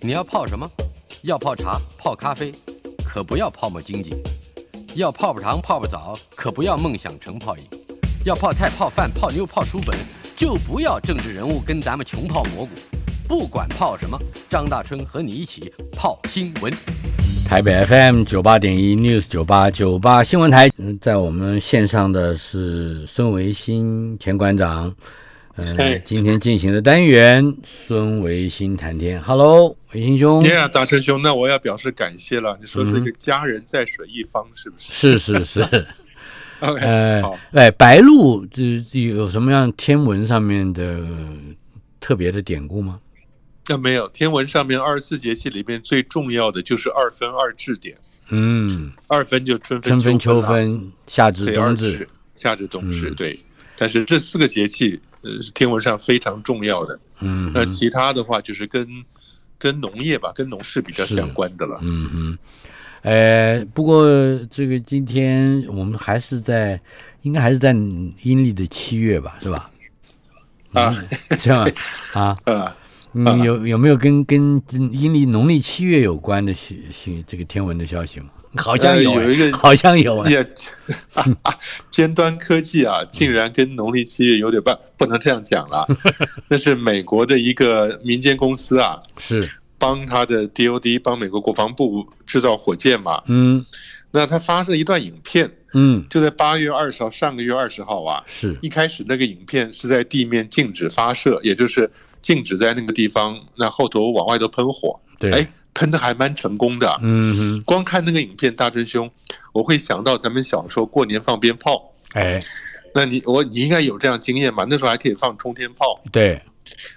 你要泡什么？要泡茶、泡咖啡，可不要泡沫经济；要泡泡糖、泡泡澡，可不要梦想成泡影；要泡菜、泡饭、泡妞、泡书本，就不要政治人物跟咱们穷泡蘑菇。不管泡什么，张大春和你一起泡新闻。台北 FM 九八点一 News 九八九八新闻台，嗯，在我们线上的是孙维新前馆长，嗯、哎今天进行的单元孙维新谈天，Hello，维新兄， Yeah，大师兄，那我要表示感谢了。你说嗯这个家人在水一方，是不是是是 是， ？OK，呃好，，哎，白鹭这这有什么样天文上面的特别的典故吗？那没有天文上面二十四节气里面最重要的就是二分二至点，嗯，二分就春分、春分、秋分啊、分、夏至、对，冬二至至，、夏至、冬至，嗯对。但是这四个节气，呃，是天文上非常重要的。嗯哼，那其他的话就是跟跟农业吧，跟农事比较是相关的了。嗯哼，呃，不过这个今天我们还是在，应该还是在阴历的七月吧，是 吧？啊嗯，这样啊，啊，嗯，有有没有跟跟阴历农历七月有关的消息？这个天文的消息吗？好像呃有哎，有一 个好像有哎，也、 尖端科技啊，竟然跟农历七月有点半，不能这样讲了。那是美国的一个民间公司啊，是，帮他的 DOD 帮美国国防部制造火箭嘛。嗯那他发射了一段影片，嗯，就在八月二十号，上个月二十号啊。是，一开始那个影片是在地面禁止发射，也就是禁止在那个地方，那后头往外头喷火。对，哎，喷的还蛮成功的啊。嗯哼，光看那个影片，大真兄，我会想到咱们小时候过年放鞭炮。哎，那你我你应该有这样经验吧？那时候还可以放冲天炮，对，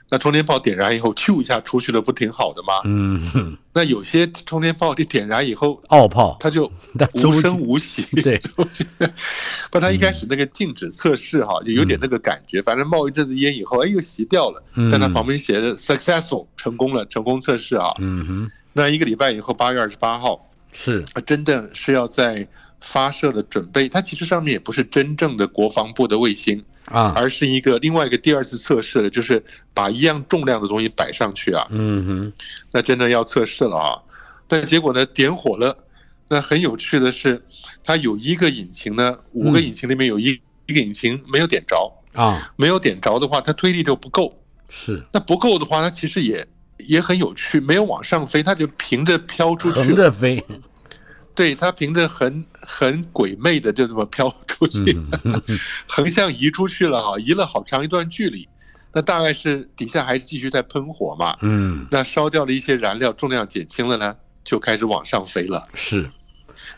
那冲天炮点燃以后，咻一下出去了，不挺好的吗？嗯哼，那有些冲天炮你点燃以后，奥炮，它就它无出声去无息。对出去， 不，它一开始那个禁止测试哈，就有点那个感觉，反正冒一阵子烟以后，哎，又熄掉了。嗯但它旁边写着 successful 成功了，成功测试啊。嗯哼，那一个礼拜以后，八月二十八号，是，它真的是要在发射的准备，它其实上面也不是真正的国防部的卫星。啊，而是一个另外一个第二次测试的，就是把一样重量的东西摆上去啊，嗯哼，那真的要测试了啊。但结果呢，点火了。那很有趣的是，它有一个引擎呢，五个嗯引擎里面有一一个引擎没有点着，啊，没有点着的话，它推力就不够。是。那不够的话，它其实也也很有趣，没有往上飞，它就平着飘出去横了。着飞，对，它平着很很鬼魅的就这么飘出去。嗯，横向移出去了哈，移了好长一段距离，那大概是底下还继续在喷火嘛， 嗯，那烧掉了一些燃料，重量减轻了呢，就开始往上飞了。是，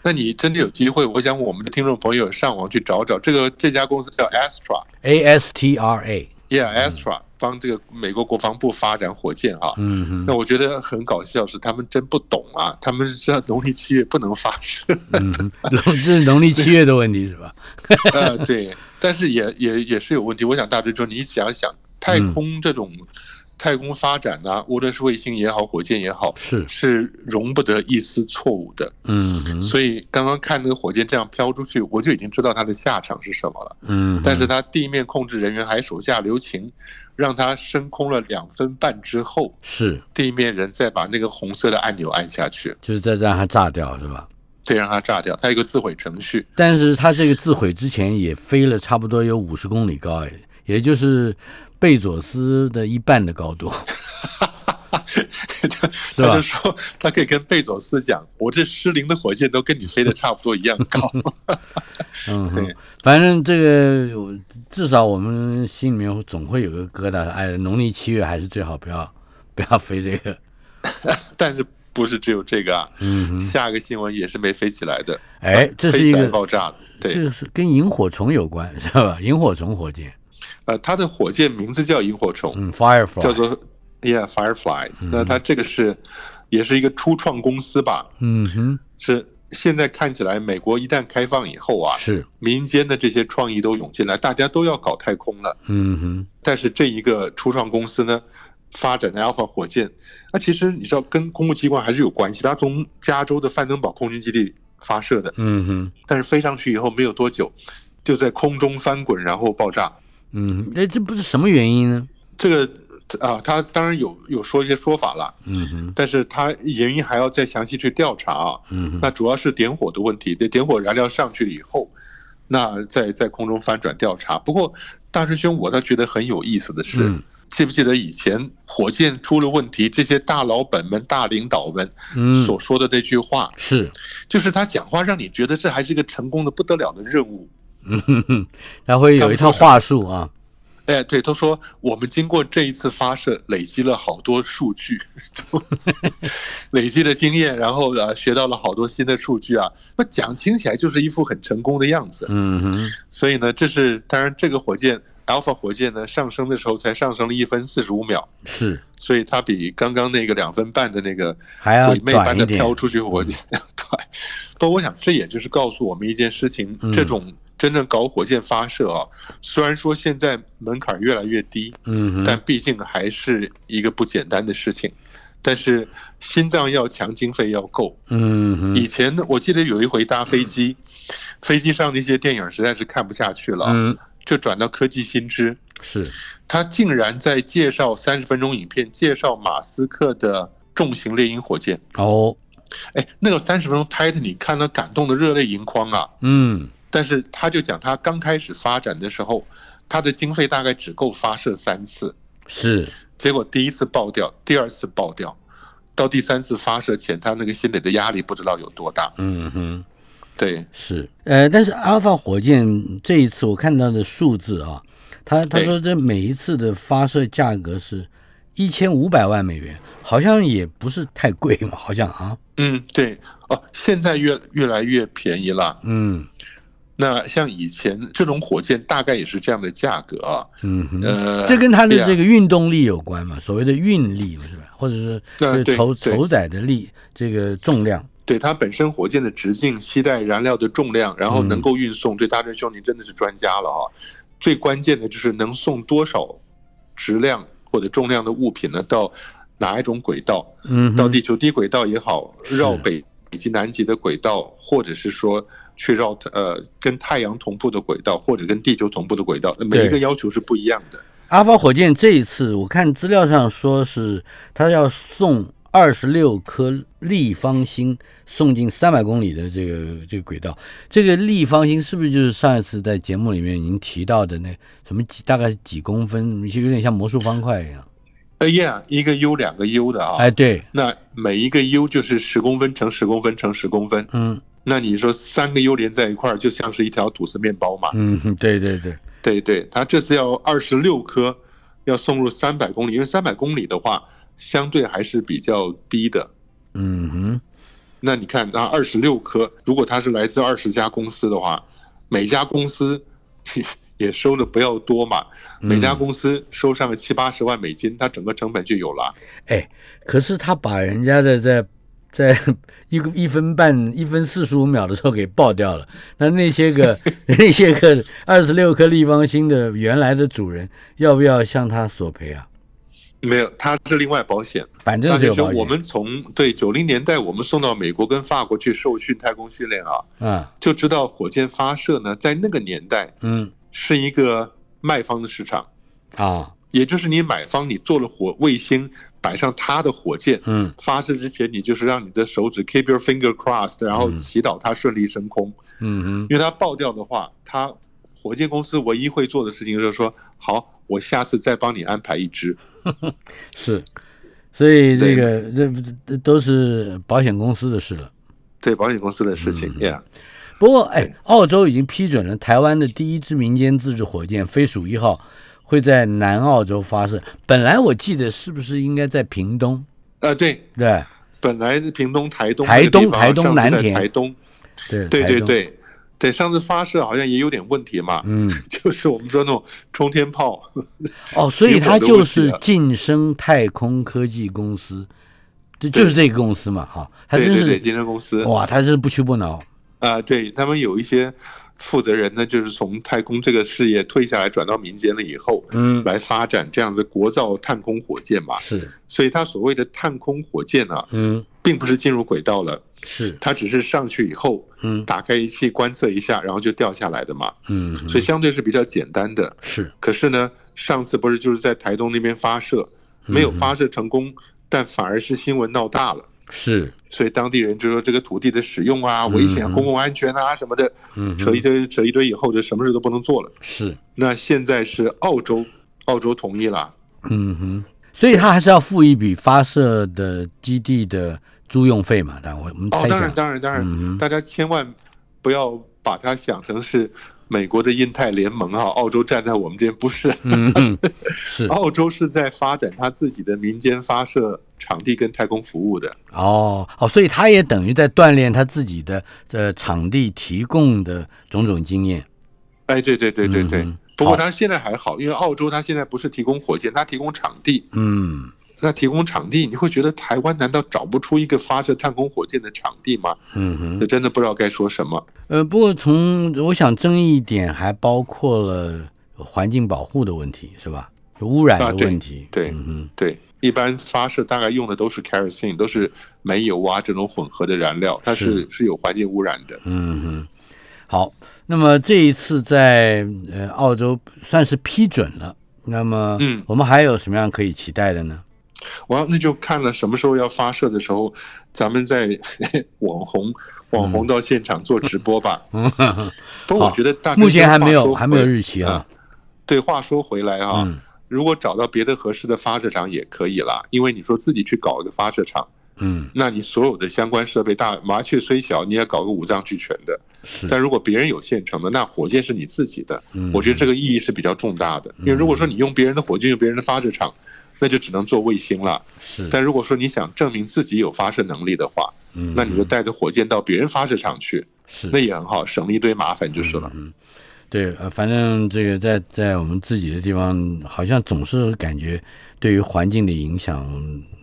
那你真的有机会，我想我们的听众朋友上网去找找这个这家公司叫 Astra，Yeah A S T R A， Astra 帮这个美国国防部发展火箭啊。嗯那哼，我觉得很搞笑是他们真不懂啊，他们知道农历七月不能发射，嗯哼， 农这是农历七月的问题是吧？呃，对，但是也也也是有问题。我想大追说，你想想太嗯空这种太空发展呐、无论是卫星也好，火箭也好，是，是容不得一丝错误的。嗯哼，所以刚刚看那个火箭这样飘出去，我就已经知道它的下场是什么了。嗯哼，但是它地面控制人员还手下留情，让它升空了两分半之后，是地面人再把那个红色的按钮按下去，就是再让它炸掉是吧？再让它炸掉。它有个自毁程序。但是它这个自毁之前也飞了差不多有五十公里高，哎，也就是贝佐斯的一半的高度。 他吧他就说，他可以跟贝佐斯讲，我这失灵的火箭都跟你飞的差不多一样高。 嗯哼对，反正这个我至少我们心里面总会有个疙瘩，哎，农历七月还是最好不要不要飞这个。但是不是只有这个啊？嗯哼，下个新闻也是没飞起来的，哎，这是一飞起来个爆炸了。这对，个是跟萤火虫有关， 知道吧？萤火虫火箭，呃，他的火箭名字叫萤火虫，嗯，firefly，嗯叫做 Yeah Fireflies。那他这个是，也是一个初创公司吧？嗯哼，是现在看起来，美国一旦开放以后啊，是，民间的这些创意都涌进来，大家都要搞太空了。嗯哼，但是这一个初创公司呢，发展的 Alpha 火箭，那其实你知道跟公务机关还是有关系，它从加州的范登堡空军基地发射的，嗯哼，但是飞上去以后没有多久，就在空中翻滚然后爆炸，嗯哼，哎，这不是什么原因呢？这个。啊，他当然有有说一些说法了，嗯哼，但是他原因还要再详细去调查啊。嗯哼，那主要是点火的问题，得点火燃料上去了以后，那在在空中翻转调查。不过，大师兄，我倒觉得很有意思的是，嗯记不记得以前火箭出了问题，这些大老板们、大领导们嗯，所说的那句话，是，就是他讲话让你觉得这还是个成功的不得了的任务。嗯哼哼，他会有一套话术啊，哎，对，都说我们经过这一次发射，累积了好多数据， 就累积了经验，然后呃，学到了好多新的数据啊。那讲听起来就是一副很成功的样子。嗯哼，所以呢，这是当然，这个火箭 Alpha 火箭呢上升的时候才上升了一分四十五秒，是，所以它比刚刚那个两分半的那个还要鬼魅般短一的点飘，出去火箭 对。不过我想这也就是告诉我们一件事情嗯：这种真正搞火箭发射啊，虽然说现在门槛越来越低，嗯哼，但毕竟还是一个不简单的事情。但是心脏要强，经费要够。嗯哼，以前我记得有一回搭飞机，飞机上那些电影实在是看不下去了啊，嗯，就转到科技新知，是，他竟然在介绍三十分钟影片，介绍马斯克的重型猎鹰火箭。哦，哎，那个三十分钟拍的，你看了感动的热泪盈眶啊！嗯，但是他就讲他刚开始发展的时候，他的经费大概只够发射三次，是，结果第一次爆掉，第二次爆掉，到第三次发射前，他那个心里的压力不知道有多大。嗯哼，对，是，呃，但是阿尔法火箭这一次我看到的数字啊，他他对说这每一次的发射价格是一千五百万美元，好像也不是太贵嘛，好像啊，嗯，对，哦，现在越越来越便宜了。嗯那像以前这种火箭大概也是这样的价格啊，嗯哼。呃，这跟它的对啊这个运动力有关嘛？所谓的运力嘛是吧？或者是对啊这个对头对头载的力，这个重量，对它本身火箭的直径、携带燃料的重量，然后嗯能够运送，对大真兄您真的是专家了啊！最关键的就是能送多少质量或者重量的物品呢？到哪一种轨道？嗯哼，到地球低轨道也好，是绕北以及南极的轨道，或者是说去绕呃跟太阳同步的轨道，或者跟地球同步的轨道，每一个对要求是不一样的。阿法火箭这一次，我看资料上说是它要送二十六颗立方星送进三百公里的这个这个轨道。这个立方星是不是就是上一次在节目里面您提到的那什么几大概是几公分，就有点像魔术方块一样？呃，yeah，一个 U 两个 U 的啊。哎，对，那每一个 U 就是十公分乘十公分乘十公分，嗯那你说三个 U 连在一块儿，就像是一条吐司面包嘛？嗯，哼对对对，对对，它这次要二十六颗，要送入三百公里，因为三百公里的话，相对还是比较低的。嗯哼，那你看，那二十六颗，如果它是来自二十家公司的话，每家公司 也收的不要多嘛，嗯每家公司收上个七八十万美金，它整个成本就有了。哎，可是他把人家的在在一个一分半一分四十五秒的时候给爆掉了，那那些 个那些个二十六颗立方星的原来的主人要不要向他索赔啊？没有，它是另外保险。反正大是有学保生，险我们从对九零年代，我们送到美国跟法国去受训太空训练啊，啊，就知道火箭发射呢，在那个年代嗯是一个卖方的市场，啊，也就是你买方你做了火卫星，摆上它的火箭，嗯发射之前你就是让你的手指 keep your finger crossed，然后嗯祈祷它顺利升空，嗯因为它爆掉的话，它火箭公司唯一会做的事情就是说，好，我下次再帮你安排一支。哼，是，所以这对个这不这都是保险公司的事了。对保险公司的事情嗯，yeah，不过，哎对，澳洲已经批准了台湾的第一支民间自制火箭“飞鼠一号”会在南澳洲发射。本来我记得是不是应该在屏东？呃，对，对本来屏东、台东、台东台台东南田台东，对对台对东，对对，上次发射好像也有点问题嘛，嗯， 就是我们说那种冲天炮，哦，所以结果它都就不是是晋升太空科技公司，这对就是这个公司嘛，哈，它对真对对，是哦金山公司啊、哇，它是不屈不挠，对他们有一些负责人呢，就是从太空这个事业退下来，转到民间了以后。嗯，来发展这样子国造探空火箭嘛，是，所以它所谓的探空火箭啊，嗯，并不是进入轨道了，是，它只是上去以后嗯打开仪器观测一下，然后就掉下来的嘛，嗯，所以相对是比较简单的。是，可是呢，上次不是就是在台东那边发射，嗯没有发射成功，但反而是新闻闹大了。是，所以当地人就说这个土地的使用啊、危险、嗯公共安全啊什么的，嗯扯一哼，堆扯一堆以后，就什么事都不能做了。是，那现在是澳洲，澳洲同意了，嗯哼，所以他还是要付一笔发射的基地的租用费嘛？但我我们哦猜，当然，想，当然，当然，嗯哼大家千万不要把它想成是美国的印太联盟啊，澳洲站在我们这边不是，嗯哼， 是，澳洲是在发展它自己的民间发射场地跟太空服务的。哦哦，所以他也等于在锻炼他自己的呃场地提供的种种经验。哎，对对对对对。嗯不过好它现在还好，因为澳洲它现在不是提供火箭，它提供场地。嗯那提供场地，你会觉得台湾难道找不出一个发射探空火箭的场地吗？嗯哼这，真的不知道该说什么。呃，不过从我想争议点还包括了环境保护的问题，是吧？就污染啊的对问题。对嗯哼，对，一般发射大概用的都是 kerosene，都是煤油啊这种混合的燃料，它是是有环境污染的。嗯哼。好，那么这一次在呃澳洲算是批准了，那么嗯我们还有什么样可以期待的呢？哇，那就看了什么时候要发射的时候，咱们再 网红网红到现场做直播吧。嗯，不过我觉得大 致目前还没话说有回还没有日期啊。对，话说回来啊，嗯如果找到别的合适的发射场也可以啦，因为你说自己去搞一个发射场。嗯，那你所有的相关设备，大麻雀虽小，你也搞个五脏俱全的。是。但如果别人有现成的，那火箭是你自己的，嗯我觉得这个意义是比较重大的。因为如果说你用别人的火箭、用别人的发射场，那就只能做卫星了。是，但如果说你想证明自己有发射能力的话，嗯那你就带着火箭到别人发射场去，是那也很好，省了一堆麻烦就是嗯了。对，呃，反正这个在在我们自己的地方，好像总是感觉对于环境的影响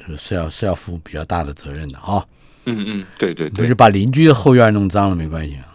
呃是要是要负比较大的责任的哈、嗯嗯，对对不对是，把邻居的后院弄脏了没关系 啊。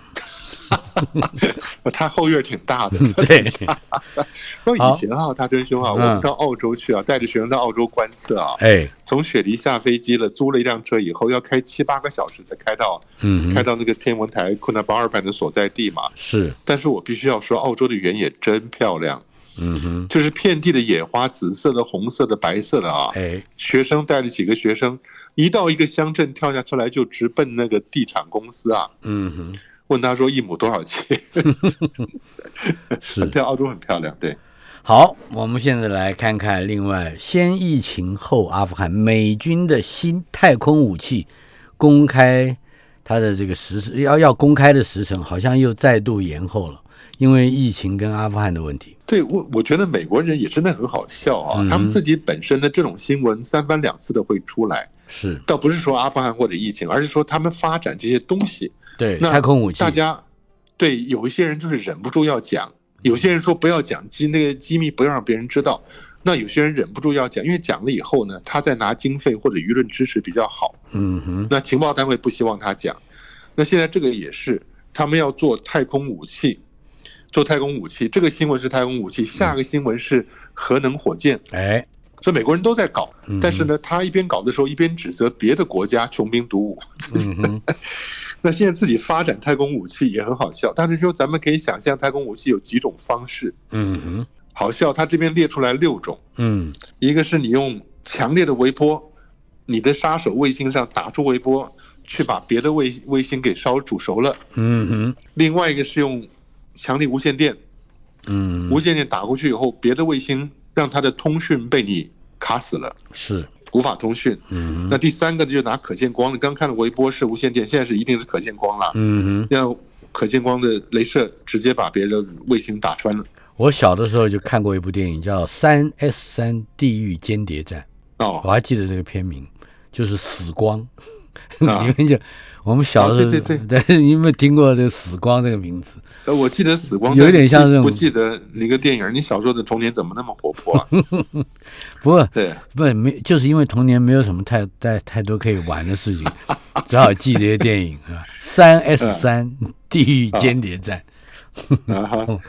哦他后院挺大的。对，说嗯好嗯以前啊，大真兄啊，我们到澳洲去啊，带着学生到澳洲观测啊，哎，从雪梨下飞机了，租了一辆车以后，要开七八个小时才开到嗯哼，开到那个天文台库纳巴尔班的所在地嘛。是，但是我必须要说，澳洲的原野真漂亮，嗯哼，就是遍地的野花，紫色的、红色的、白色的啊。哎，学生带着几个学生，一到一个乡镇跳下车来，就直奔那个地产公司啊，嗯问他说一亩多少钱？ 哼，是。漂澳洲很漂亮，对，好，我们现在来看看另外先疫情后阿富汗美军的新太空武器公开它的这个时辰要要公开的时程，好像又再度延后了，因为疫情跟阿富汗的问题。对我我觉得美国人也真的很好笑啊，嗯他们自己本身的这种新闻三番两次的会出来，是倒不是说阿富汗或者疫情，而是说他们发展这些东西，对那太空武器，大家对有一些人就是忍不住要讲，有些人说不要讲机那个机密，不要让别人知道。那有些人忍不住要讲，因为讲了以后呢，他再拿经费或者舆论支持比较好。嗯哼，那情报单位不希望他讲。那现在这个也是，他们要做太空武器，做太空武器。这个新闻是太空武器，下个新闻是核能火箭。哎，所以美国人都在搞嗯哼，但是呢，他一边搞的时候，一边指责别的国家穷兵黩武。嗯哼，那现在自己发展太空武器也很好笑，但是说咱们可以想象太空武器有几种方式，嗯哼，好笑。他这边列出来六种，嗯一个是你用强烈的微波，你的杀手卫星上打出微波，去把别的卫卫星给烧煮熟了；嗯哼，另外一个是用强力无线电，嗯无线电打过去以后，别的卫星让它的通讯被你卡死了，是，无法通讯。嗯哼，那第三个就是拿可见光，你刚看了微波是无线电，现在是一定是可见光了。嗯哼，让可见光的镭射直接把别人卫星打穿了。我小的时候就看过一部电影叫《三 S 三地狱间谍战》。我哦，还记得这个片名，就是《死光》啊 你们就我们小的时候，啊对对 对，你有没有听过这个“死光”这个名字？呃我记得死光有但点像不这种不记得那个电影。你小时候的童年怎么那么活泼 啊？不过对，啊不没，就是因为童年没有什么太太太多可以玩的事情， 只好记这些电影啊，《三 S 嗯三地狱间谍战》啊哈，哦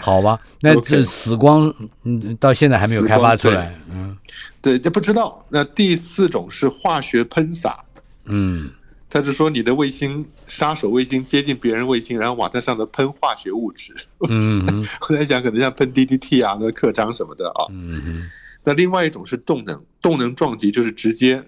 好吧？那 OK 这《死光》嗯，到现在还没有死开光发出对来，嗯对，这不知道。那第四种是化学喷洒，嗯他就说你的卫星杀手卫星接近别人卫星，然后往它上头喷化学物质。 嗯嗯我在想，可能像喷 DDT 啊、那克章什么的啊。嗯，那另外一种是动能，动能撞击就是直接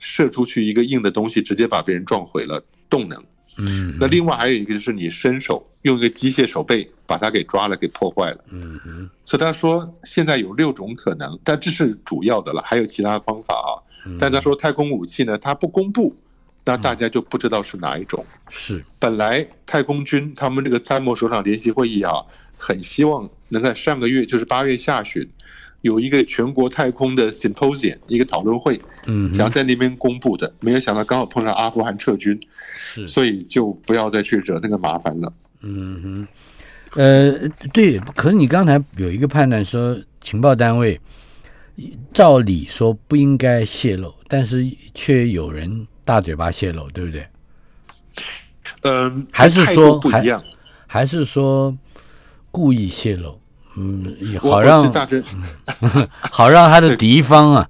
射出去一个硬的东西，直接把别人撞毁了，动能。嗯，那另外还有一个就是你伸手用一个机械手背把它给抓了，给破坏了。嗯嗯所以他说现在有六种可能，但这是主要的了，还有其他方法啊。嗯，但他说太空武器呢，他不公布，那大家就不知道是哪一嗯种。是本来太空军他们这个参谋首长联席会议啊，很希望能在上个月，就是八月下旬，有一个全国太空的 symposium，一个讨论会，嗯想要在那边公布的，没有想到刚好碰上阿富汗撤军，是所以就不要再去惹那个麻烦了。嗯哼，呃，对，可是你刚才有一个判断说，情报单位照理说不应该泄露，但是却有人大嘴巴泄露，对不对？嗯，还是态说度不还一样。还是说故意泄露？嗯，也我好我让是大致 好让他的敌方啊，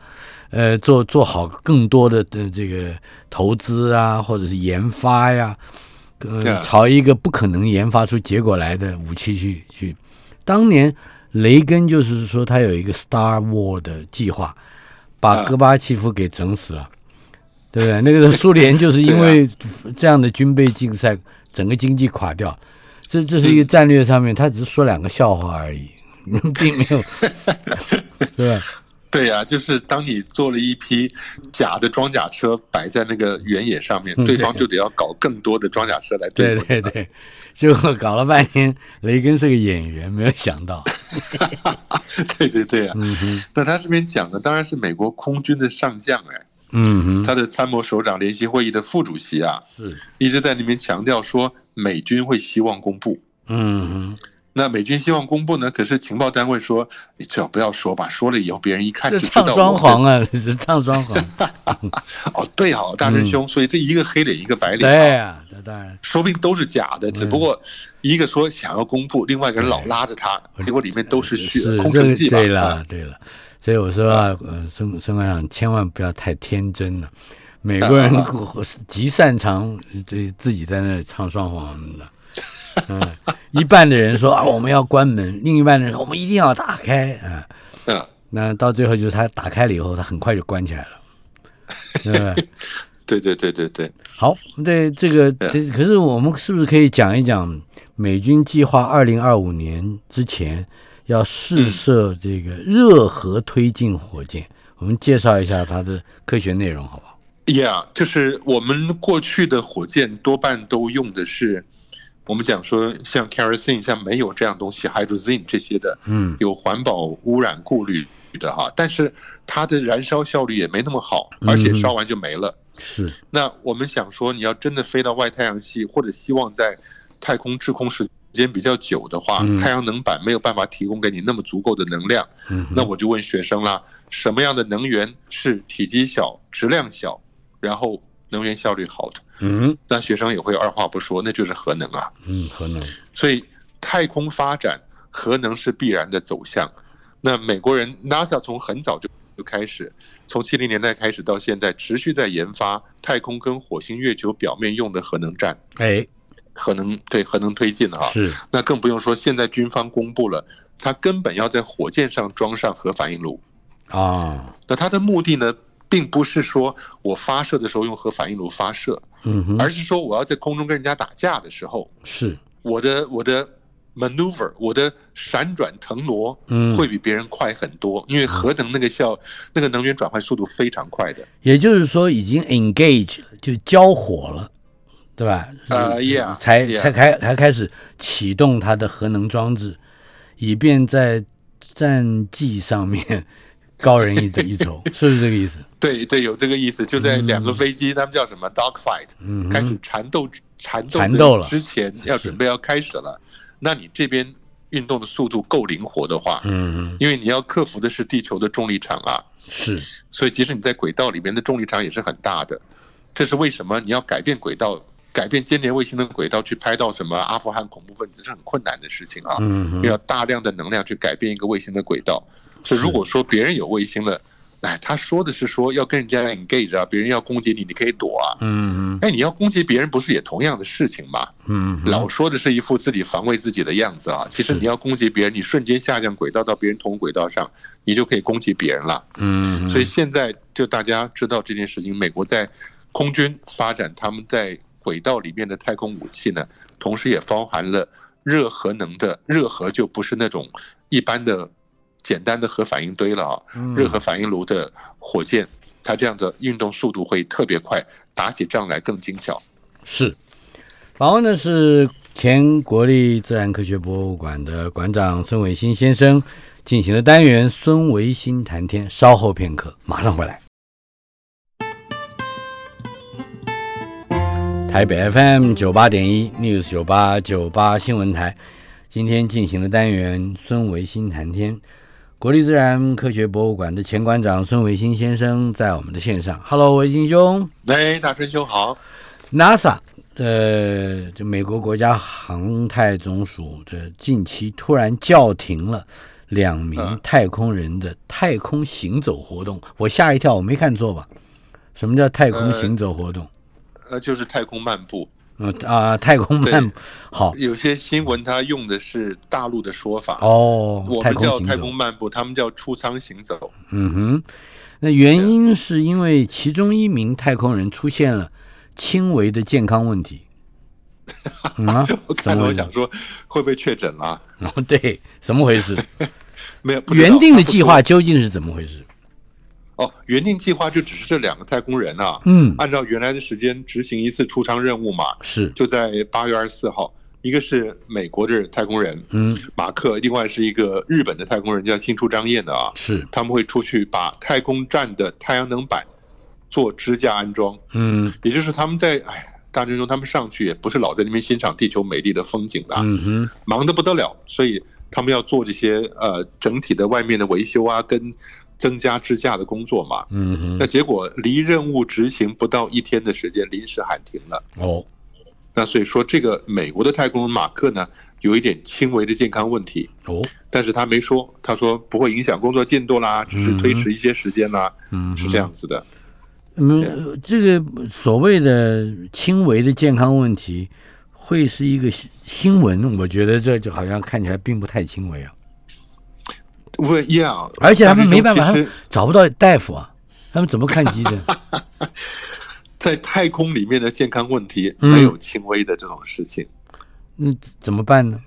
呃，做做好更多的的这个投资啊，或者是研发呀，呃， Yeah. 朝一个不可能研发出结果来的武器去去。当年雷根就是说他有一个 Star War 的计划，把 Yeah. 戈巴契夫给整死了。对不对？那个时候苏联就是因为这样的军备竞赛，整个经济垮掉。这这是一个战略上面，他只是说两个笑话而已， 并没有，对吧？对呀、就是当你做了一批假的装甲车摆在那个原野上面嗯，对方对就得要搞更多的装甲车来对付对对，结果搞了半天，雷根是个演员，没有想到。 对对对啊！嗯哼，那他这边讲的当然是美国空军的上将哎，嗯哼，他的参谋首长联席会议的副主席啊，是，一直在里面强调说美军会希望公布。嗯那美军希望公布呢，可是情报单位说你最好不要说吧，说了以后别人一哼，看这就知道唱我双簧啊， 这是唱双 簧。哦，对哦，大师兄，所以这一个黑脸一个白嗯脸、对啊，那当然，说不定都是假的，只不过一个说想要公布，另外一个人老拉着他，结果里面都是虚是空这城个计吧？对啊了，对了，所以我说啊，呃，孙孙馆长千万不要太天真了。美国 人极擅长这自己在那里唱双簧的，嗯，一半的人说啊我们要关门，另一半的人说我们一定要打开啊，嗯，那到最后就是他打开了以后，他很快就关起来了，对吧？对对对对对，好，对这个，这可是我们是不是可以讲一讲美军计划二零二五年之前要试射这个热核推进火箭？我们介绍一下它的科学内容，好不好？ Yeah，就是我们过去的火箭多半都用的是，我们讲说像 kerosene、像煤油这样东西，hydrogen 这些的，嗯有环保污染顾虑的哈。但是它的燃烧效率也没那么好，嗯而且烧完就没了。是，那我们想说，你要真的飞到外太阳系，或者希望在太空滞空时间比较久的话嗯，太阳能板没有办法提供给你那么足够的能量。嗯哼，那我就问学生啦，什么样的能源是体积小、质量小，然后能源效率好的？嗯那学生也会二话不说，那就是核能啊。嗯，核能，所以太空发展，核能是必然的走向。那美国人 NASA 从很早就就开始，从七零年代开始到现在，持续在研发太空跟火星、月球表面用的核能站、哎，核能对核能推进啊。是，那更不用说现在军方公布了，它根本要在火箭上装上核反应炉。啊，那它的目的呢，并不是说我发射的时候用核反应炉发射，嗯哼，而是说我要在空中跟人家打架的时候，是，我的我的 maneuver，我的闪转腾挪嗯，会比别人快很多，因为核能那个效那个能源转换速度非常快的。也就是说已经 engage 了，就交火了，对吧？呃是 yeah，才 yeah 才开才开始启动它的核能装置，以便在战绩上面高人一等一 筹，是不是这个意思？对对，有这个意思，就在两个飞机，他们叫什么 dog fight，嗯嗯哼，开始缠斗缠斗缠斗的了之前要是准备要开始了，那你这边运动的速度够灵活的话，嗯哼，因为你要克服的是地球的重力场啊，是，所以即使你在轨道里面的重力场也是很大的。这是为什么你要改变轨道、改变间谍卫星的轨道去拍到什么阿富汗恐怖分子是很困难的事情啊，嗯哼，因为要大量的能量去改变一个卫星的轨道。所以是如果说别人有卫星了，哎，他说的是说要跟人家 engage 啊，别人要攻击你，你可以躲啊。嗯哎，你要攻击别人，不是也同样的事情吗？嗯嗯，老说的是一副自己防卫自己的样子啊，其实是你要攻击别人，你瞬间下降轨道到别人同轨道上，你就可以攻击别人了。嗯，所以现在就大家知道这件事情，美国在空军发展他们在轨道里面的太空武器呢，同时也包含了热核能的热核，就不是那种一般的简单的核反应堆了啊，嗯热核反应炉的火箭，它这样的运动速度会特别快，打起仗来更精巧。是，访问的是前国立自然科学博物馆的馆长孙维新先生进行的单元“孙维新谈天”，稍后片刻，马上回来。台北 FM 九八点一 News 九八九八新闻台，今天进行的单元“孙维新谈天”，国立自然科学博物馆的前馆长孙维新先生在我们的线上。Hello，维新兄。哎，大春兄好， NASA，呃，这美国国家航太总署的近期突然叫停了两名嗯太空人的太空行走活动，我吓一跳，我没看错吧？什么叫太空行走活动？呃，就是太空漫步。呃啊、太空漫步，好有些新闻它用的是大陆的说法，哦，我太们空叫行太走空，漫步，他们叫出舱行走。嗯哼，那原因是因为其中一名太空人出现了轻微的健康问 题。嗯啊我，怎看么了，我回事想？说会不会确诊了、哦，对，怎么回事？没有，不知道原定的计划究竟是怎么回事？哦，原定计划就只是这两个太空人啊，嗯，按照原来的时间执行一次出舱任务嘛，是，就在八月二十四号，一个是美国的太空人嗯，马克，另外是一个日本的太空人叫新出张彦的啊，是，他们会出去把太空站的太阳能板做支架安装，嗯，也就是他们在哎大阵中他们上去也不是老在那边欣赏地球美丽的风景的啊、嗯哼，忙得不得了，所以他们要做这些呃整体的外面的维修啊，跟增加支架的工作嘛。嗯那哼，结果离任务执行不到一天的时间，临时喊停了。哦，那所以说，这个美国的太空人马克呢，有一点轻微的健康问题，哦，但是他没说，他说不会影响工作进度啦，只是推迟一些时间啦，嗯，是这。样子的。嗯，呃这个所谓的轻微的健康问题，会是一个新新闻？我觉得这就好像看起来并不太轻微啊，问 Yeah，而且他们没办法，但他是们说其实找不到大夫啊，他们怎么看急 诊？在太空里面的健康问题嗯没有轻微的这种事情，嗯，怎么办呢？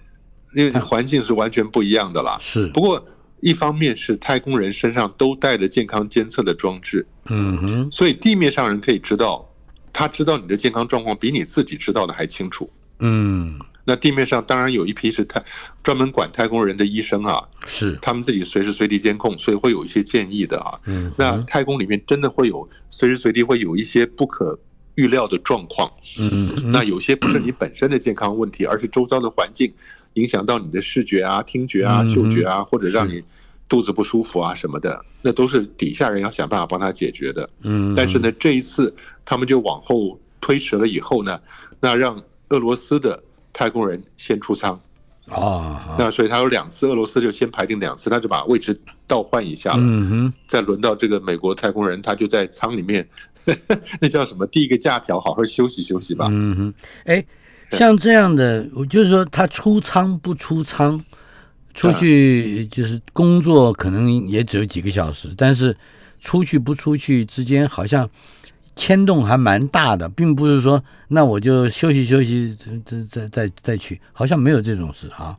因嗯为环境是完全不一样的啦。是不，过，一方面是太空人身上都带着健康监测的装置，嗯哼，所以地面上人可以知道，他知道你的健康状况比你自己知道的还清楚。嗯，那地面上当然有一批是太专门管太空人的医生啊，是，他们自己随时随地监控，所以会有一些建议的啊。嗯那哼，太空里面真的会有随时随地会有一些不可预料的状况，嗯哼，那有些不是你本身的健康问题，而是周遭的环境影响到你的视觉啊、听觉啊、嗯哼嗅觉啊，或者让是你肚子不舒服啊什么的，那都是底下人要想办法帮他解决的。嗯，但是，呢，这一次他们就往后推迟了以后呢，那让俄罗斯的太空人先出舱，哦，那所以他有两次，俄罗斯就先排定两次，他就把位置倒换一下了。嗯哼，再轮到这个美国太空人，他就在舱里面， 那叫什么？第一个假条，好好休息休息吧。嗯哼，哎，像这样的，我就是说他出舱不出舱，出去就是工作可能也只有几个小时，但是出去不出去之间好像牵动还蛮大的，并不是说那我就休息休息，再再再再去，好像没有这种事啊。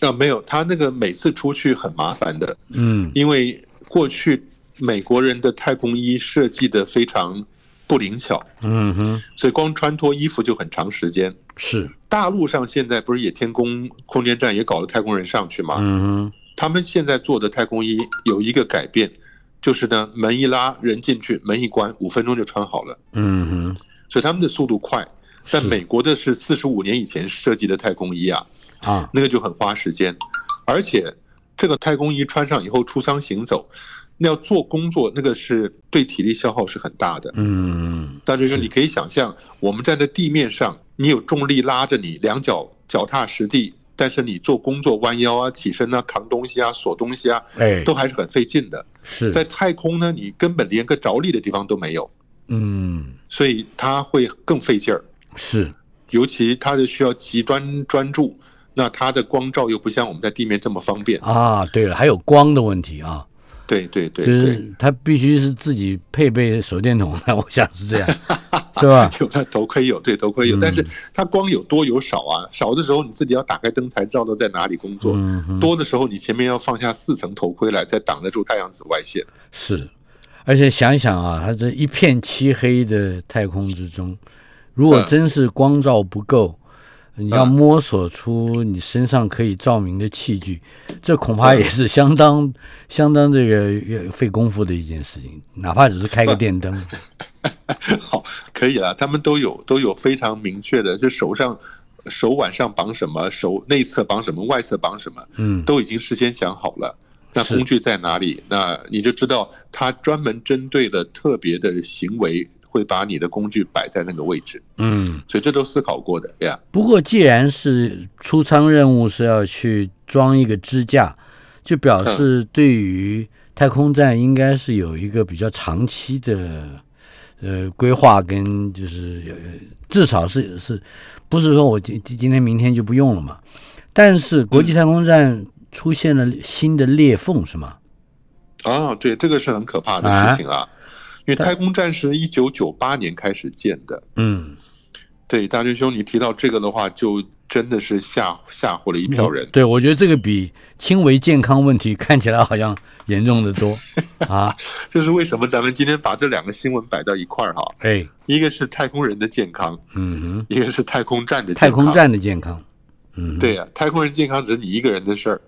啊，没有，他那个每次出去很麻烦的，嗯因为过去美国人的太空衣设计的非常不灵巧，嗯哼，所以光穿脱衣服就很长时间。是，大陆上现在不是也天宫空间站也搞了太空人上去吗？嗯哼，他们现在做的太空衣有一个改变，就是呢，门一拉，人进去，门一关，五分钟就穿好了，嗯哼，所以他们的速度快。但是美国的是四十五年以前设计的太空衣啊，啊，那个就很花时间，而且这个太空衣穿上以后出舱行走，那要做工作，那个是对体力消耗是很大的。嗯但是说是你可以想象，我们站在地面上，你有重力拉着你，两脚脚踏实地但是你做工作弯腰啊、起身啊、扛东西啊、锁东西啊，哎，都还是很费劲的。是在太空呢，你根本连个着力的地方都没有，嗯所以它会更费劲儿。是尤其它就需要极端专注，那它的光照又不像我们在地面这么方便。啊，对了，还有光的问题啊，对对对就对，是啊他必须是自己配备手电筒的，我想是这样，是吧？ 有它头盔有，对头盔有，嗯但是它光有多有少啊？少的时候你自己要打开灯才知道在哪里工作，嗯哼，多的时候你前面要放下四层头盔来，才挡得住太阳紫外线。 是，而且想一想啊，它这一片漆黑的太空之中，如果嗯真是光照不够，你要嗯摸索出你身上可以照明的器具，这恐怕嗯也是相当相当这个呃费功夫的一件事情，哪怕只是开个电灯，好，可以了，他们都有都有非常明确的，就手上。手腕上绑什么，手内侧绑什么，外侧绑什么，嗯，都已经事先想好了。那是工具在哪里？那你就知道它专门针对了特别的行为，会把你的工具摆在那个位置，嗯。所以这都思考过的呀。不过，既然是出舱任务是要去装一个支架，就表示对于太空站应该是有一个比较长期的呃规划跟就是呃至少是是不是说我今今今天明天就不用了嘛？但是国际太空站出现了新的裂缝是吗？啊，对，这个是很可怕的事情啊，因为太空站是一九九八年开始建的。嗯，对，大军兄，你提到这个的话，就真的是吓吓唬了一票人。对，我觉得这个比轻微健康问题看起来好像严重的多啊！这是为什么咱们今天把这两个新闻摆到一块儿哈？哎，一个是太空人的健康，嗯哼，一个是太空站的健太康。空站的健康，嗯哼。对呀、太空人健康只是你一个人的事儿，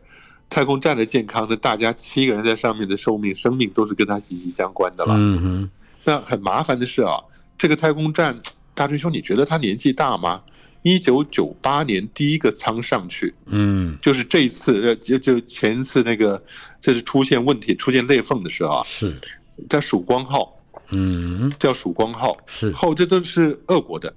太空站的健康呢，大家七个人在上面的寿命、生命都是跟它息息相关的了。嗯哼，那很麻烦的是啊，这个太空站，大锤兄，你觉得他年纪大吗？一九九八年第一个舱上去，嗯，就是这一次，呃，就就前一次那个，这是出现问题、出现裂缝的时候啊，是，叫曙光号，嗯叫曙光号，是，后这都是俄国的。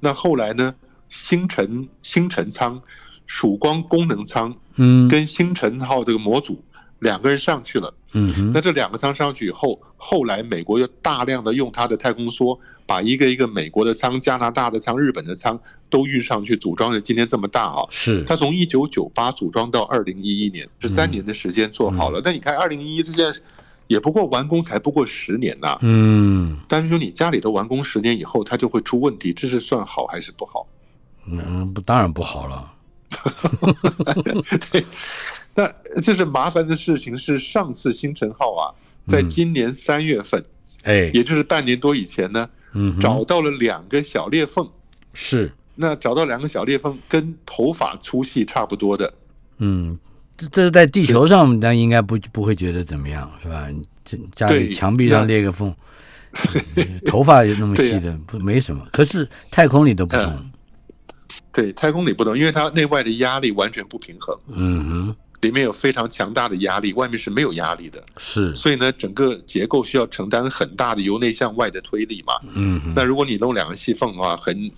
那后来呢，星辰星辰舱、曙光功能舱嗯跟星辰号这个模组两个人上去了。嗯哼那，这两个舱上去以后，后来美国又大量的用它的太空梭，把一个一个美国的舱、加拿大的舱、日本的舱都运上去，组装的今天这么大啊。是，它从一九九八组装到二零一一年，是三嗯年的时间做好了。但你看，二零一一这件事也不过完工才不过十年呐、嗯但是说你家里头完工十年以后，它就会出问题，这是算好还是不好？嗯，不，当然不好了，对，那这是麻烦的事情。是上次星辰号啊，在嗯今年三月份，哎，也就是半年多以前呢，嗯哼，找到了两个小裂缝。是，那找到两个小裂缝，跟头发粗细差不多的，嗯，这这是在地球上，咱应该不不会觉得怎么样，是吧？这家里对墙壁上那裂个 缝，嗯头发也那么对呀嗯细的，不没什么，可是太空里都不同，对，太空里不同，因为它内外的压力完全不平衡，嗯哼，里面有非常强大的压力，外面是没有压力的，是，所以呢，整个结构需要承担很大的由内向外的推力嘛。嗯哼，那如果你弄两个细缝的话，很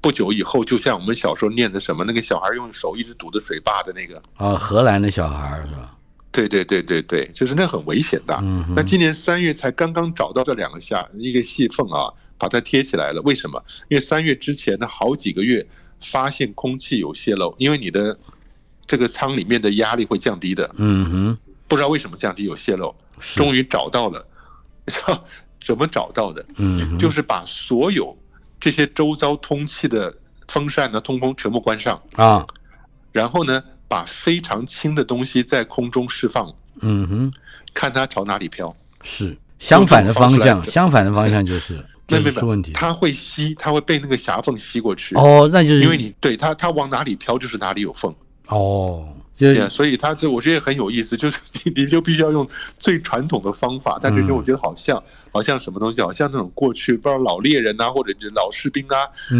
不久以后，就像我们小时候念的什么那个小孩用手一直堵着水坝的那个，啊，荷兰的小孩儿是吧？对对对对对，就是那很危险的。啊嗯哼那，今年三月才刚刚找到这两个下一个细缝啊，把它贴起来了。为什么？因为三月之前的好几个月发现空气有泄漏，因为你的这个舱里面的压力会降低的，嗯哼，不知道为什么降低有泄漏，是，终于找到了。 怎么找到的？嗯哼，就是把所有这些周遭通气的风扇呢、通风全部关上，啊，然后呢，把非常轻的东西在空中释放，嗯哼。看它朝哪里飘。是相反的方方向，式来相反的方向就是没就有是没有出问题。它会吸，它会被那个狭缝吸过去。哦，那就是因为你对它，它往哪里飘就是哪里有缝，哦，就对啊，所以它这我觉得也很有意思， 就是你你就必须要用最传统的方法，但这些嗯我觉得好像好像什么东西，好像那种过去不知道老猎人呐、或者是老士兵啊，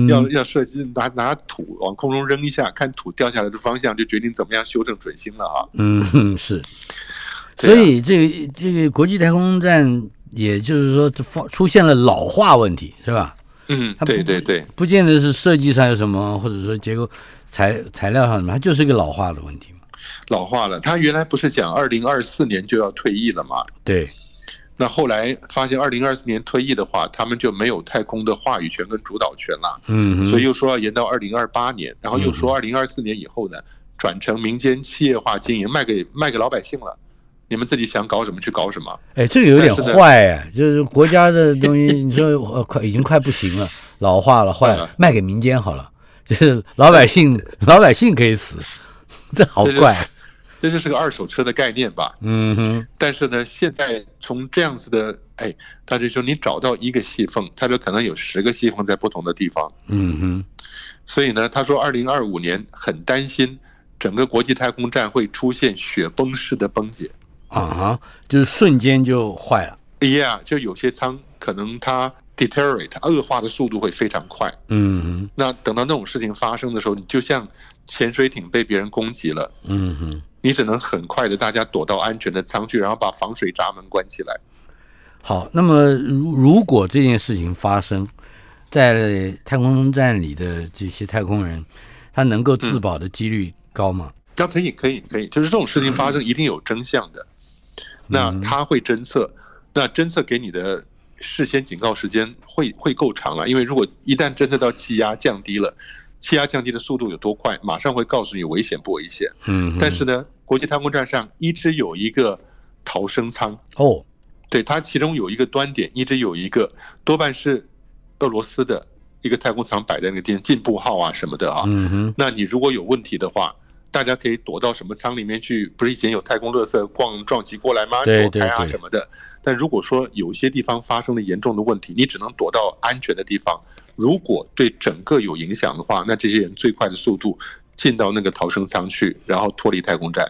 要嗯要设计拿拿土往空中扔一下，看土掉下来的方向，就决定怎么样修正准星了啊。嗯哼是，对啊所以这个这个国际太空站，也就是说这发出现了老化问题是吧？嗯，它不对对对，不见得是设计上有什么，或者说结构材材料上有什么，它就是个老化的问题嘛。老化了。他原来不是讲二零二四年就要退役了嘛？对，那后来发现二零二四年退役的话，他们就没有太空的话语权跟主导权了，嗯哼，所以又说要延到二零二八年，然后又说二零二四年以后呢，转成民间企业化经营，卖给卖给老百姓了。你们自己想搞什么去搞什么，哎，这个有点但是呢坏哎，就是国家的东西，你说呃 快已经快不行了，老化了，坏了嗯，卖给民间好了，就是老百姓，老百姓可以死，这好这就怪，是这就是个二手车的概念吧？嗯哼，但是呢，现在从这样子的，哎，他就说你找到一个细缝，他说可能有十个细缝在不同的地方，嗯哼，所以呢，他说二零二五年很担心整个国际太空站会出现雪崩式的崩解。啊哈，就是瞬间就坏了，哎呀，就有些舱可能它 deteriorate 恶化的速度会非常快。嗯那等到那种事情发生的时候，你就像潜水艇被别人攻击了，哼，嗯哼，你只能很快的大家躲到安全的舱去，然后把防水闸门关起来。好，那么如如果这件事情发生在太空站里的这些太空人，他能够嗯自保的几率高吗？那可以，可以，可以，就是这种事情发生一定有真相的。那他会侦测，那侦测给你的事先警告时间会会够长了，因为如果一旦侦测到气压降低了，气压降低的速度有多快，马上会告诉你危险不危险。嗯哼，但是呢，国际太空站上一直有一个逃生舱，哦，对它其中有一个端点，一直有一个多半是俄罗斯的一个太空舱摆在那个地方，进步号啊什么的啊。嗯哼，那你如果有问题的话，大家可以躲到什么舱里面去？不是以前有太空垃圾逛撞击过来吗？对躲对开啊对什么的。但如果说有些地方发生了严重的问题，你只能躲到安全的地方。如果对整个有影响的话，那这些人最快的速度进到那个逃生舱去，然后脱离太空站，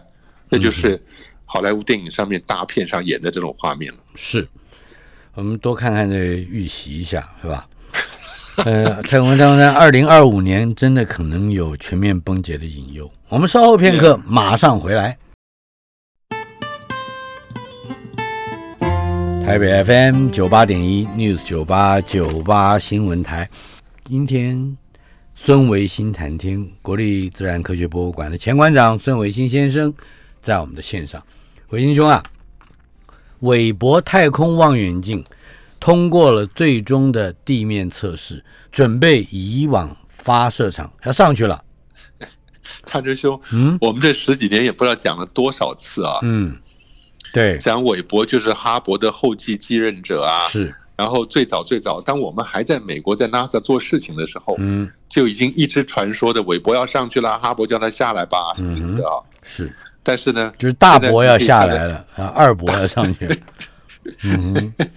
那嗯就是好莱坞电影上面大片上演的这种画面了。是，我们多看看这个预习一下，是吧？ 呃，太空太空站二零二五年真的可能有全面崩解的隐忧。我们稍后片刻，马上回来。台北 FM 九八点一 News 九八九八新闻台，今天孙维新谈天，国立自然科学博物馆的前馆长孙维新先生在我们的线上。维新兄啊，韦伯太空望远镜通过了最终的地面测试，准备移往发射场，要上去了。灿真兄，嗯我们这十几年也不知道讲了多少次啊，嗯，对，讲韦伯就是哈勃的后继继任者啊，是，然后最早最早，当我们还在美国在 NASA 做事情的时候，嗯，就已经一直传说的韦伯要上去了，哈勃叫他下来嗯吧什么什么的啊。是，但是呢，就是大伯要下来了啊，二伯要上去了。嗯哼，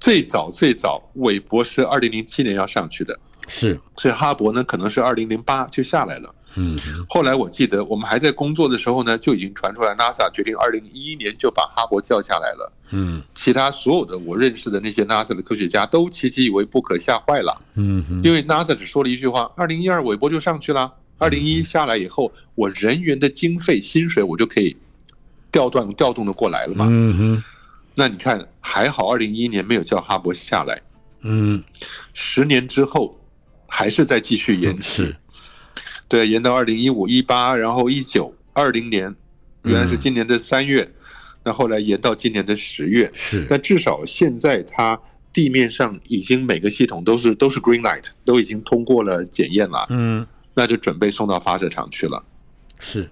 最早最早，韦伯是二零零七年要上去的，是，所以哈勃呢可能是二零零八就下来了。嗯哼，后来我记得我们还在工作的时候呢，就已经传出来 NASA 决定二零一一年就把哈勃叫下来了。嗯其他所有的我认识的那些 NASA 的科学家都齐齐以为不可，吓坏了。嗯哼，因为 NASA 只说了一句话：二零一二韦伯就上去了，二零一下来以后，我人员的经费、薪水我就可以调动调动的过来了嘛。嗯哼，那你看，还好二零一一年没有叫哈勃下来，嗯，十年之后还是在继续延迟，是，对，延到二零一五、一八，然后一九、二零年，原来嗯是今年的三月，那后来延到今年的十月。是，但至少现在它地面上已经每个系统都是都是 green light，都已经通过了检验了。嗯。那就准备送到发射场去了。是，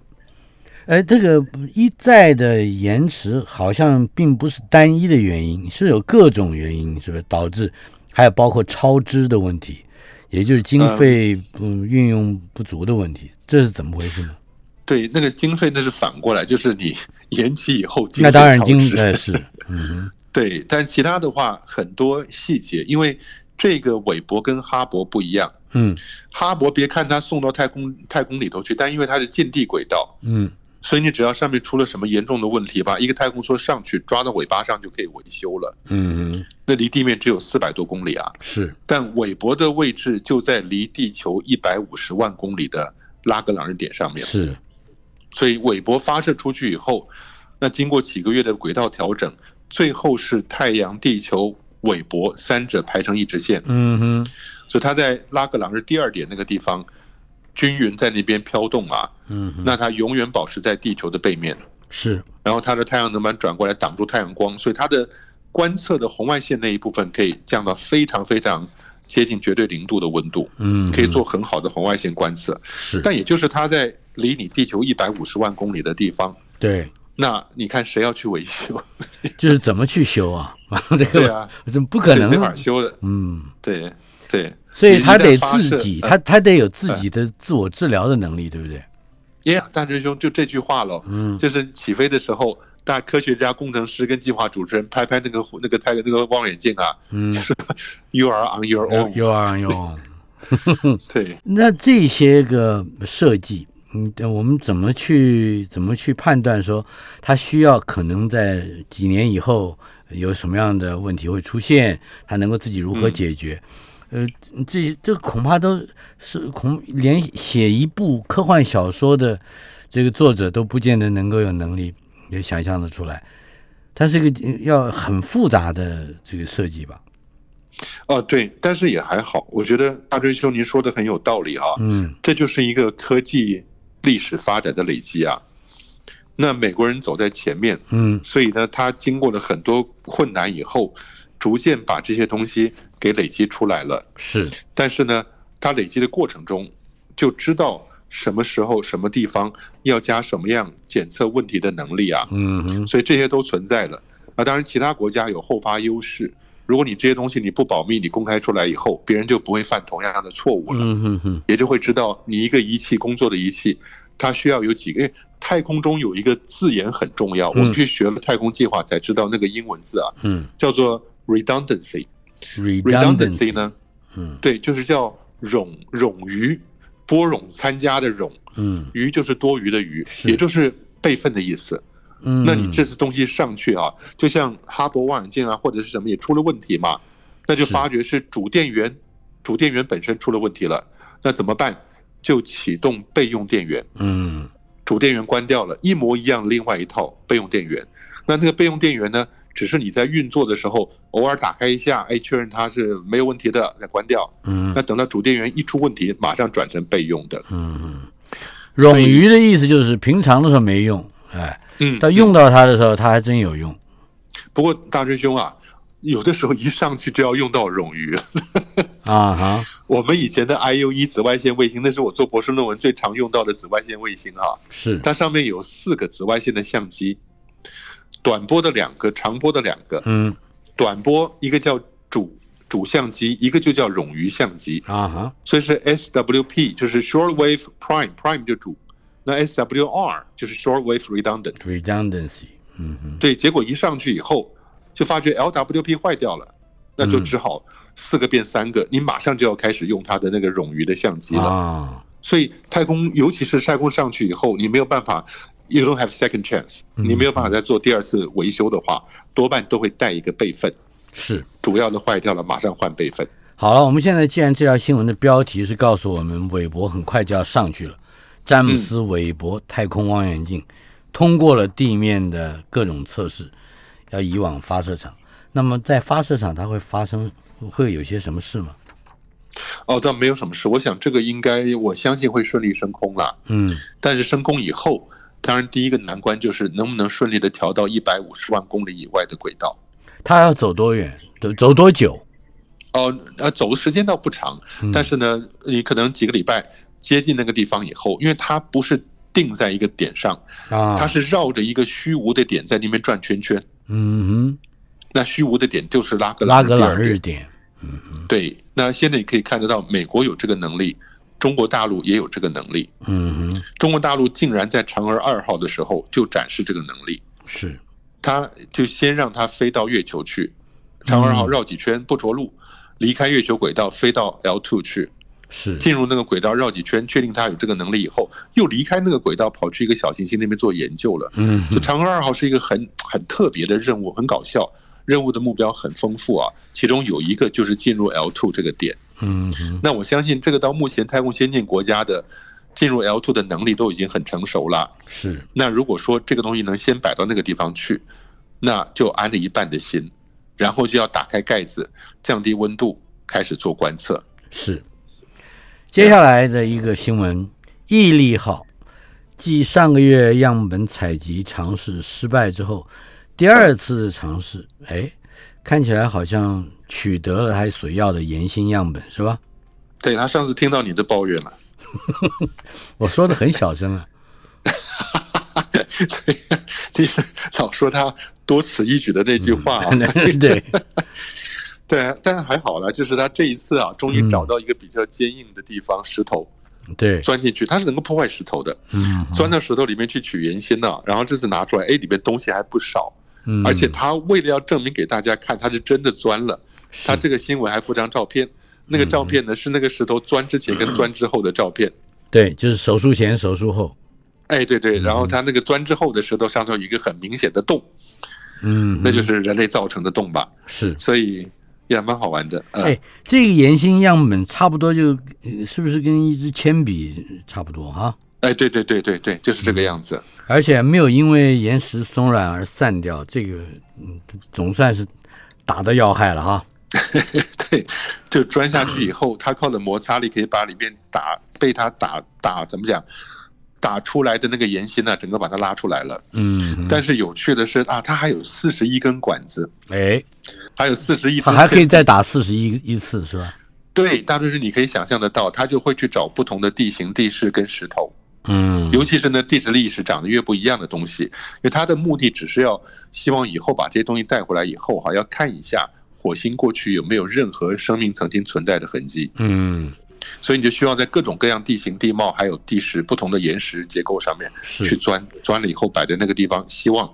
哎，这个一再的延迟好像并不是单一的原因，是有各种原因，是不是导致？还有包括超支的问题，也就是经费嗯运用不足的问题，这是怎么回事呢？对，那个经费那是反过来，就是你 延期以后经费那当然经超支 呃是，嗯哼，对，但其他的话很多细节，因为这个韦伯跟哈勃不一样。嗯哈勃别看它送到太空太空里头去，但因为它是近地轨道，嗯所以你只要上面出了什么严重的问题吧，一个太空梭上去抓到尾巴上就可以维修了。嗯哼，那离地面只有四百多公里啊，是，但韦伯的位置就在离地球一百五十万公里的拉格朗日点上面。是，所以韦伯发射出去以后，那经过几个月的轨道调整，最后是太阳、地球韦伯三者排成一直线，嗯哼，所以它在拉格朗日第二点那个地方，均匀在那边飘动啊，嗯哼，那它永远保持在地球的背面，是，然后它的太阳能板转过来挡住太阳光，所以它的观测的红外线那一部分可以降到非常非常接近绝对零度的温度，嗯，可以做很好的红外线观测。是，但也就是它在离你地球一百五十万公里的地方，对，那你看谁要去维修？就是怎么去修啊？ 这个对啊，这不可这没能法，修的。嗯。对对，所以你他一旦得发自射己，呃他他得有自己的自我治疗的能力，对不对？耶，哎大师兄就这句话喽。嗯，就是起飞的时候，大科学家、工程师跟计划主持人拍拍那个那个太那个望远镜啊嗯 ，You are on your own。 ，you are you。 对，那这些个设计，嗯，我们怎么去怎么去判断说它需要可能在几年以后有什么样的问题会出现，它能够自己如何解决？呃，这这恐怕都是恐连写一部科幻小说的这个作者都不见得能够有能力也想象得出来。它是一个呃要很复杂的这个设计吧？哦对，但是也还好，我觉得大追兄您说的很有道理啊，嗯这就是一个科技历史发展的累积啊。那美国人走在前面，嗯所以呢，他经过了很多困难以后，逐渐把这些东西给累积出来了。是但是呢，它累积的过程中，就知道什么时候、什么地方要加什么样检测问题的能力啊，嗯哼所以这些都存在了。啊，当然，其他国家有后发优势。如果你这些东西你不保密，你公开出来以后，别人就不会犯同样的错误了，嗯哼哼也就会知道你一个仪器工作的仪器，它需要有几个。因为太空中有一个字眼很重要，我嗯们去学了太空计划才知道那个英文字啊，嗯叫做 redundancy。 redundancy redundancy 呢，嗯对，就是叫冗冗余，播冗参加的冗，嗯余就是多余的余，是也就是备份的意思。嗯，那你这次东西上去啊，就像哈勃望远镜啊或者是什么也出了问题嘛，那就是发觉是主电源，主电源本身出了问题了，那怎么办？就启动备用电源，嗯主电源关掉了，一模一样，另外一套备用电源。那这个备用电源呢，只是你在运作的时候偶尔打开一下，哎，确认它是没有问题的，再关掉。嗯那等到主电源一出问题，马上转成备用的。嗯嗯，冗余的意思就是平常的时候没用，哎，嗯但用到它的时候，它还真有用。不过大师兄啊，有的时候一上去就要用到冗余。啊哈，我们以前的 IU 1紫外线卫星，那是我做博士论文最常用到的紫外线卫星啊。是，它上面有四个紫外线的相机，短波的两个，长波的两个。嗯短波一个叫主主相机，一个就叫冗余相机，啊哈，所以是 SWP，就是 Short Wave Prime，Prime 就主，那 SWR 就是 Short Wave Redundant。 redundancy，嗯哼，对，结果一上去以后，就发觉 LWP 坏掉了，那就嗯只好四个变三个，你马上就要开始用它的那个冗余的相机了。啊，所以太空，尤其是太空上去以后，你没有办法。You don't have second chance，嗯你没有办法再做第二次维修的话，多半都会带一个备份，是。主要的坏掉了马上换备份。好了，我们现在既然这条新闻的标题是告诉我们韦伯很快就要上去了，詹姆斯·韦伯太空望远镜通过了地面的各种测试，要移往发射场。那么在发射场，它会发生会有些什么事吗？哦，倒没有什么事。我想这个应该，我相信会顺利升空啦。嗯但是升空以后，当然第一个难关就是能不能顺利的调到一百五十万公里以外的轨道。，他要走多远？走走多久？哦，呃，走的时间倒不长，嗯但是呢，你可能几个礼拜接近那个地方以后，因为它不是定在一个点上，啊，它是绕着一个虚无的点在那边转圈圈。嗯那虚无的点就是拉格哼，拉格朗朗日第二日点。点，对，那现在你可以看得到，美国有这个能力，中国大陆也有这个能力。嗯哼，中国大陆竟然在嫦娥二号的时候就展示这个能力，是，它就先让它飞到月球去，嫦娥二号绕几圈不着陆，离开月球轨道飞到 L two 去，是，进入那个轨道绕几圈，确定它有这个能力以后，又离开那个轨道跑去一个小行星那边做研究了。嗯就哼，嫦娥二号是一个很很特别的任务，很搞笑，任务的目标很丰富啊，其中有一个就是进入 L two 这个点。嗯哼，那我相信这个到目前太空先进国家的进入 L two 的能力都已经很成熟了。是，那如果说这个东西能先摆到那个地方去，那就安了一半的心。然后就要打开盖子，降低温度，开始做观测。是。接下来的一个新闻，毅力号继上个月样本采集尝试失败之后，第二次尝试，哎，看起来好像取得了他所要的岩心样本，是吧？对他上次听到你的抱怨了， 我说的很小声啊， 对， 你是老说他多此一举的那句话啊，对，对，但还好啦，就是他这一次啊，终于找到一个比较坚硬的地方，石头嗯对，钻进去，它是能够破坏石头的，嗯，钻到石头里面去取原心呢、然后这次拿出来，哎，里面东西还不少，嗯而且他为了要证明给大家看，他是真的钻了，他是嗯这个新闻还附张照片，那个照片呢是那个石头钻之前跟钻之后的照片。对，就是手术前、手术后，哎，对对，然后它那个钻之后的石头上头有一个很明显的洞，嗯，那就是人类造成的洞吧，是。所以也蛮好玩的。呃，哎，这个岩心样本差不多就，呃是不是跟一支铅笔差不多啊哈？哎，对对对对对，就是嗯这个样子。而且没有因为岩石松软而散掉，这个嗯，总算是打到要害了哈。 对，就钻下去以后，它靠着摩擦力可以把里面打被它打打怎么讲，打出来的那个岩心呢、整个把它拉出来了。嗯，但是有趣的是啊，它还有四十一根管子，哎，还有四十一他根还可以再打四十一一次是吧？对，大律师你可以想象得到，他就会去找不同的地形、地势跟石头。嗯，尤其是呢，地质历史长得越不一样的东西，因为它的目的只是要希望以后把这些东西带回来以后哈，要看一下火星过去有没有任何生命曾经存在的痕迹，嗯所以你就需要在各种各样地形地貌还有地石不同的岩石结构上面去是钻，钻了以后摆在那个地方，希望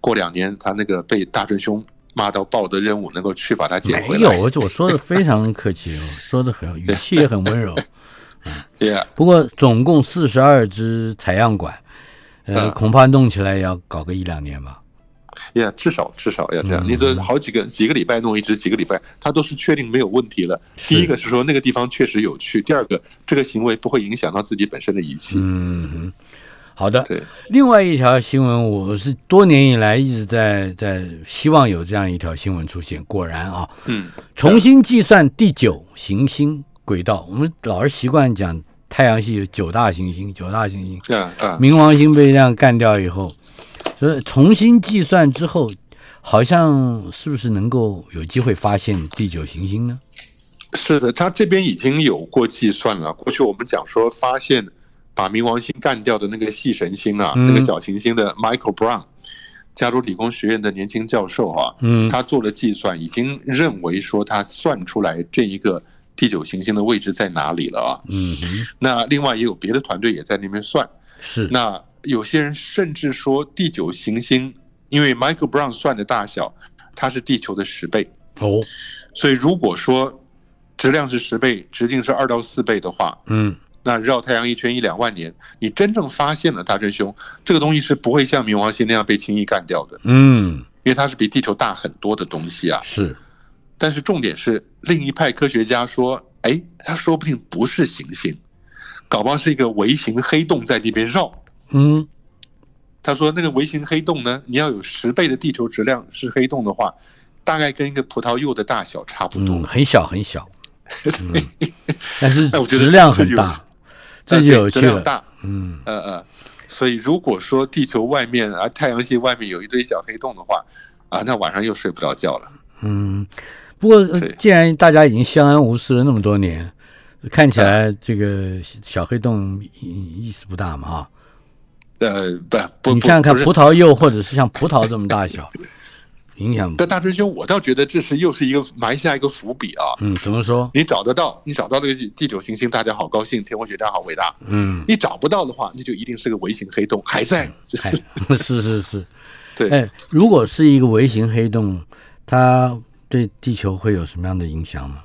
过两年他那个被大真兄骂到爆的任务能够去把它捡没回有，来。我我说的非常客气哦，说的很语气也很温 柔。对呀，不过总共四十二只采样管，呃，嗯恐怕弄起来也要搞个一两年吧。呀，至少至少要这样。嗯你这好几个几个礼拜弄一只，几个礼拜，它都是确定没有问题了。是第一个是说那个地方确实有趣，第二个这个行为不会影响到自己本身的仪器。嗯哼，好的。对，另外一条新闻，我是多年以来一直在在希望有这样一条新闻出现。果然啊，嗯，重新计算第九行星轨道。我们老是习惯讲太阳系有九大行星，九大行星，啊啊，冥王星被这样干掉以后，所以重新计算之后，好像是不是能够有机会发现第九行星呢？是的，它这边已经有过计算了。过去我们讲说发现把冥王星干掉的那个系神星啊，嗯那个小行星的 Michael Brown，加州理工学院的年轻教授啊，嗯，他做了计算，已经认为说他算出来这一个第九行星的位置在哪里了啊。嗯哼，那另外也有别的团队也在那边算。是，那有些人甚至说第九行星，因为 Michael Brown 算的大小，它是地球的十倍，哦，所以如果说质量是十倍，直径是二到四倍的话，嗯，那绕太阳一圈一两万年，你真正发现了大真凶，这个东西是不会像冥王星那样被轻易干掉的，嗯，因为它是比地球大很多的东西啊。是，但是重点是，另一派科学家说，哎，它说不定不是行星，搞不好是一个微型黑洞在那边绕。嗯，他说那个微型黑洞呢，你要有十倍的地球质量是黑洞的话，大概跟一个葡萄柚的大小差不多。嗯，很小很 小，嗯，但是哎我觉得质量很这就大，这就有呃对质趣量了。大，嗯，呃呃。所以如果说地球外面啊，太阳系外面有一堆小黑洞的话，啊，那晚上又睡不着觉了。嗯，不过呃对既然大家已经相安无事了那么多年，看起来这个小黑洞意意思不大嘛哈。呃，不不，你想想看不，是葡萄柚或者是像葡萄这么大小，影响但大师兄，我倒觉得这是又是一个埋下一个伏笔啊。嗯怎么说？你找得到，你找到这个第九行星，大家好高兴，天文学家好伟大。嗯，你找不到的话，那就一定是个微型黑洞，还在。 哎，是是是，对，哎，如果是一个微型黑洞，它对地球会有什么样的影响吗？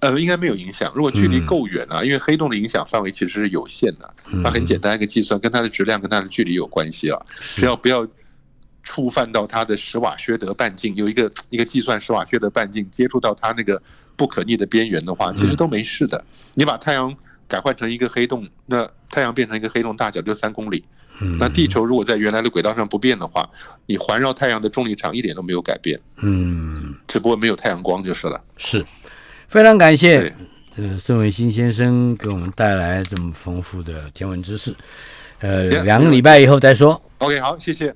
呃，应该没有影响。如果距离嗯够远啊，因为黑洞的影响范围其实是有限的，它啊很简单一个计算，跟它的质量、跟它的距离有关系啊。只要不要触犯到它的施瓦薛德半径，有一个一个计算施瓦薛德半径，接触到它那个不可逆的边缘的话，其实都没事的。你把太阳改换成一个黑洞，那太阳变成一个黑洞大小就三公里，嗯，那地球如果在原来的轨道上不变的话，你环绕太阳的重力场一点都没有改变，嗯只不过没有太阳光就是了。是，非常感谢对呃孙维新先生给我们带来这么丰富的天文知识，呃， Yeah，两个礼拜以后再说。 OK，好，谢谢。